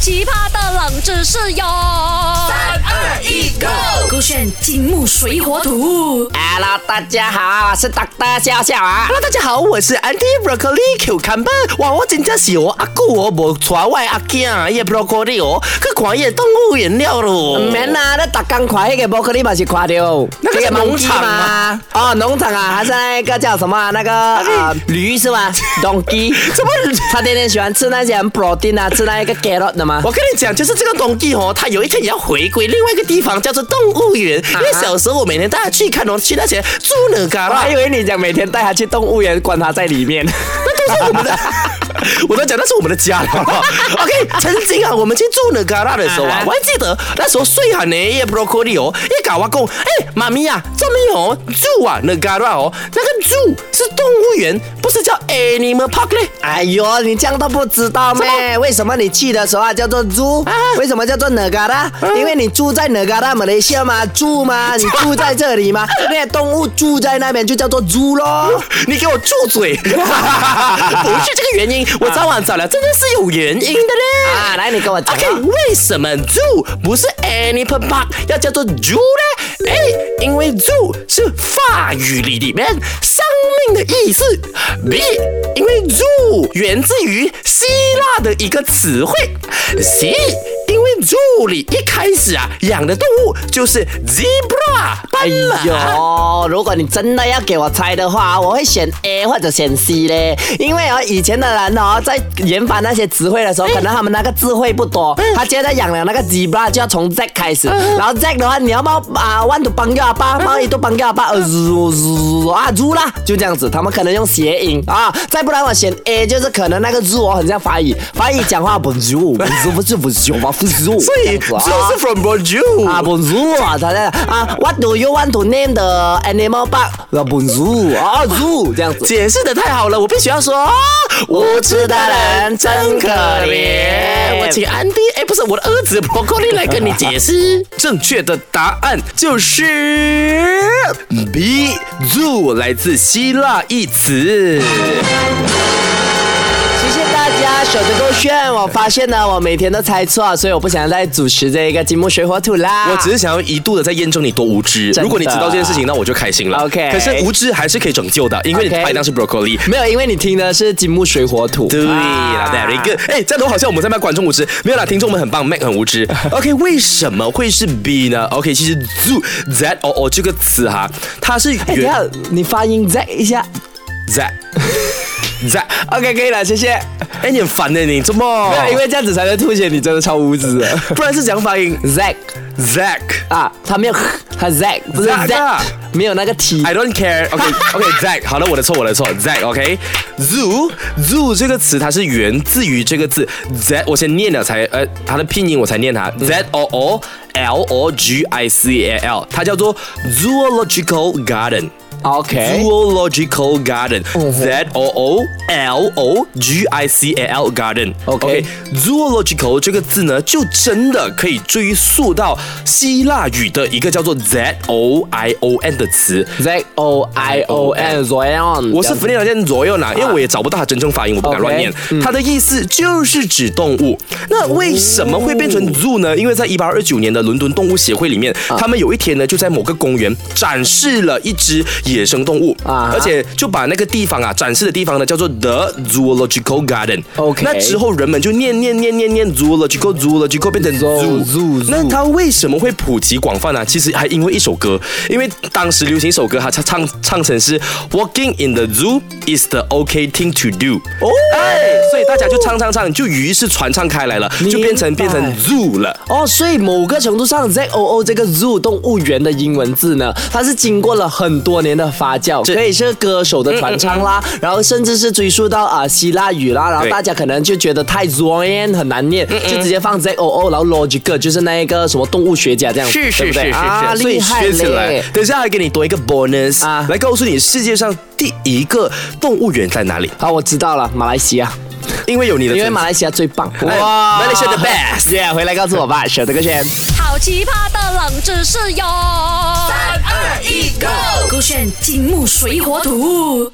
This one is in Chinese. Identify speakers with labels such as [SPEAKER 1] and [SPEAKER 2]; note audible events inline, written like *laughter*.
[SPEAKER 1] 奇葩的冷知识哟！三
[SPEAKER 2] 二一，Go！
[SPEAKER 1] 勾选金木水火土。
[SPEAKER 3] Hello，大家好，我是 Dr. 笑笑啊。
[SPEAKER 2] Hello，大家好，我是 Andy Broccoli Cucumber。哇，我真正是我阿姑哦，无传我的阿囝也 Broccoli 哦，去看伊的动物园了咯。
[SPEAKER 3] 唔免嗯啦，你特登看那个伯克利嘛是看到，
[SPEAKER 2] 那个是农场啊
[SPEAKER 3] 那个 monkey 嘛？哦，农场啊，还是那个叫什么啊？那个啊驴是吗？Donkey？
[SPEAKER 2] 怎么
[SPEAKER 3] 他天天喜欢吃那些很 protein 啊，吃那一个 carrot 的吗？
[SPEAKER 2] 我跟你讲，就是这个东西哦，它有一天也要回归另外一个地方，叫做动物园。因为小时候我每年带它去看哦，去那些猪哪嘎
[SPEAKER 3] 我
[SPEAKER 2] 啦
[SPEAKER 3] 还，以为你讲每天带他去动物园，关他在里面。
[SPEAKER 2] 那都是我们的。 *laughs* 我都讲那是我们的家了好不好，OK。曾经啊，我们去住那嘎啦的时候啊
[SPEAKER 3] 啊，哈
[SPEAKER 2] 我还记得那时候睡喊呢也 broccoli 哦，也搞我讲，哎，妈咪啊，这边哦住啊那嘎啦哦，那个住是动物园，不是叫 animal park 嘞。
[SPEAKER 3] 哎呦，你这样都不知道咩？为什么你去的时候啊叫做猪？
[SPEAKER 2] 啊
[SPEAKER 3] 为什么叫做哪嘎达？因为你住在哪嘎达马来西亚嘛，住嘛，你住在这里
[SPEAKER 2] *laughs*
[SPEAKER 3] 嘛，那些动物住在那边就叫做猪咯。
[SPEAKER 2] 你给我住嘴！ *laughs* 不是这个原因，我早晚找了，真的是有原因的嘞。
[SPEAKER 3] 啊，来，你跟我讲啊。
[SPEAKER 2] OK，为什么 zoo 不是 animal park 要叫做 zoo 呢？哎，因为 zoo 是法语里里面生命的意思。B，因为 zoo 源自于希腊的一个词汇。C，因为 zoo 里一开始啊养的动物就是 zebra
[SPEAKER 3] 哎
[SPEAKER 2] 斑马。
[SPEAKER 3] 呦，如果你真的要给我猜的话，我会选 A 或者选 C 嘞，因为哦，以前的人哦，在研发那些词汇的时候，可能他们那个智慧不多，他现在养了那个 zebra 就要从 Z 开始，然后 Z 的话，你要帮啊 one to 帮掉吧，帮一都帮掉吧，呃 z z 啊 z 啦，就这样子，他们可能用谐音啊，再不然我选 A，就是可能那个 z 我很像法语，法语讲话不 z 不 z 不是不 z 不 z，
[SPEAKER 2] 所以 zoo 是 from Bonjour
[SPEAKER 3] 啊，Bonjour 啊，他在啊，What do you want to name the animal park？啊，Bonjour 啊，Zoo 这样子。
[SPEAKER 2] 解释的太好了，我必须要说，无知的人真可怜。我请安迪，哎，不是我的儿子 Broccoli 来跟你解释。正确的答案就是 B zoo，来自希腊一词。
[SPEAKER 3] 谢谢大家守着够炫，我发现呢，我每天都猜错，所以我不想再主持这一个金木水火土啦。
[SPEAKER 2] 我只是想要一度的在验证你多无知。
[SPEAKER 3] 真的
[SPEAKER 2] 如果你知道这件事情，那我就开心了。
[SPEAKER 3] OK
[SPEAKER 2] 可是无知还是可以拯救的，因为你
[SPEAKER 3] OK
[SPEAKER 2] 拍档是 Broccoli。
[SPEAKER 3] 没有，因为你听的是金木水火土。
[SPEAKER 2] 对啦
[SPEAKER 3] 啊
[SPEAKER 2] ，very good。哎，这样都好像我们在卖观众无知，没有啦，听众们很棒，Mac 很无
[SPEAKER 3] *laughs*
[SPEAKER 2] 知。OK，为什么会是 B 呢？OK，其实 zoo that o o 哦这个词哈，它是
[SPEAKER 3] 哎，等一下
[SPEAKER 2] 原
[SPEAKER 3] 你发音 Z 一下。
[SPEAKER 2] that that。
[SPEAKER 3] OK，可以了，谢谢。
[SPEAKER 2] 哎，你很烦的，你怎么
[SPEAKER 3] 没？ *laughs* 有，因为这样子才能凸显你真的超无知的。 *laughs*
[SPEAKER 2] 不然是怎样发音
[SPEAKER 3] Zack
[SPEAKER 2] 啊？Zack。
[SPEAKER 3] 啊，他没有， *laughs* 他 Zack 不是
[SPEAKER 2] Zack 啊哎
[SPEAKER 3] Zack，没有那个 T。
[SPEAKER 2] I don't care.
[SPEAKER 3] *laughs*
[SPEAKER 2] OK OK Zack，好了，我的错，我的错，Zack OK。Zoo Zoo 这个词它是源自于这个字 Z，我先念了才呃它的拼音我才念它
[SPEAKER 3] 嗯
[SPEAKER 2] Z O O L O G I C A L，它叫做 Zoological Garden。
[SPEAKER 3] OK。嗯
[SPEAKER 2] Zoological Garden, Z O O L O G I C A L Garden。
[SPEAKER 3] OK
[SPEAKER 2] Zoological 这个字呢，就真的可以追溯到希腊语的一个叫做 Z O I O N 的词。
[SPEAKER 3] Z O I O N Zion，
[SPEAKER 2] 我是福
[SPEAKER 3] 这样子啊
[SPEAKER 2] 建老先左右啦，因为我也找不到它真正发音，我不敢乱念
[SPEAKER 3] OK，。嗯
[SPEAKER 2] 它的意思就是指动物。那为什么会变成
[SPEAKER 3] 哦
[SPEAKER 2] zoo 呢？因为在一八二九年的伦敦动物协会里面，
[SPEAKER 3] 啊
[SPEAKER 2] 他们有一天呢就在某个公园展示了一只野生动物，
[SPEAKER 3] 啊哈
[SPEAKER 2] 而且就把那个地方啊展示的地方呢叫做 The Zoological Garden。
[SPEAKER 3] OK
[SPEAKER 2] 那之后人们就念念念念念 zoological zoological 变成
[SPEAKER 3] Zoo- zoo-
[SPEAKER 2] zoo
[SPEAKER 3] zoo。
[SPEAKER 2] 那它为什么会普及广泛啊呢、其实还因为一首歌，因为当时流行一首歌，它唱唱唱成是 “Walking in the zoo is the okay thing to do”。哦，哎，所以大家就唱唱唱，就于是传唱开来了，就变成
[SPEAKER 3] 明
[SPEAKER 2] 变
[SPEAKER 3] 白
[SPEAKER 2] 成 zoo 了。
[SPEAKER 3] 哦，所以某个程度上，Z O O 这个 zoo 动物园的英文字呢，它是经过了很多年的发酵，
[SPEAKER 2] 是嗯
[SPEAKER 3] 可以是歌手的传唱啦，然后甚至是追溯到啊、希腊语啦，然后
[SPEAKER 2] 对
[SPEAKER 3] 大家可能就觉得太 Zion 很难念，
[SPEAKER 2] 嗯
[SPEAKER 3] 就直接放 Z O O，然后 logical 就是那一个什么动物学家这样子，对不对啊，
[SPEAKER 2] 所以
[SPEAKER 3] 厉害
[SPEAKER 2] 学起来
[SPEAKER 3] 嘞。。
[SPEAKER 2] 等一下还给你多一个 bonus
[SPEAKER 3] 啊
[SPEAKER 2] 来告诉你世界上第一个动物园在哪里，
[SPEAKER 3] 好，我知道了，马来西亚，
[SPEAKER 2] 因为有你的存
[SPEAKER 3] 因
[SPEAKER 2] 在，
[SPEAKER 3] 为马来西亚最棒，
[SPEAKER 2] 马来西亚 the best
[SPEAKER 3] Yeah，回来告诉我吧，舍得个圈。
[SPEAKER 1] 好奇葩的冷知识哟！三
[SPEAKER 2] 二一 go
[SPEAKER 1] 勾选金木水火土。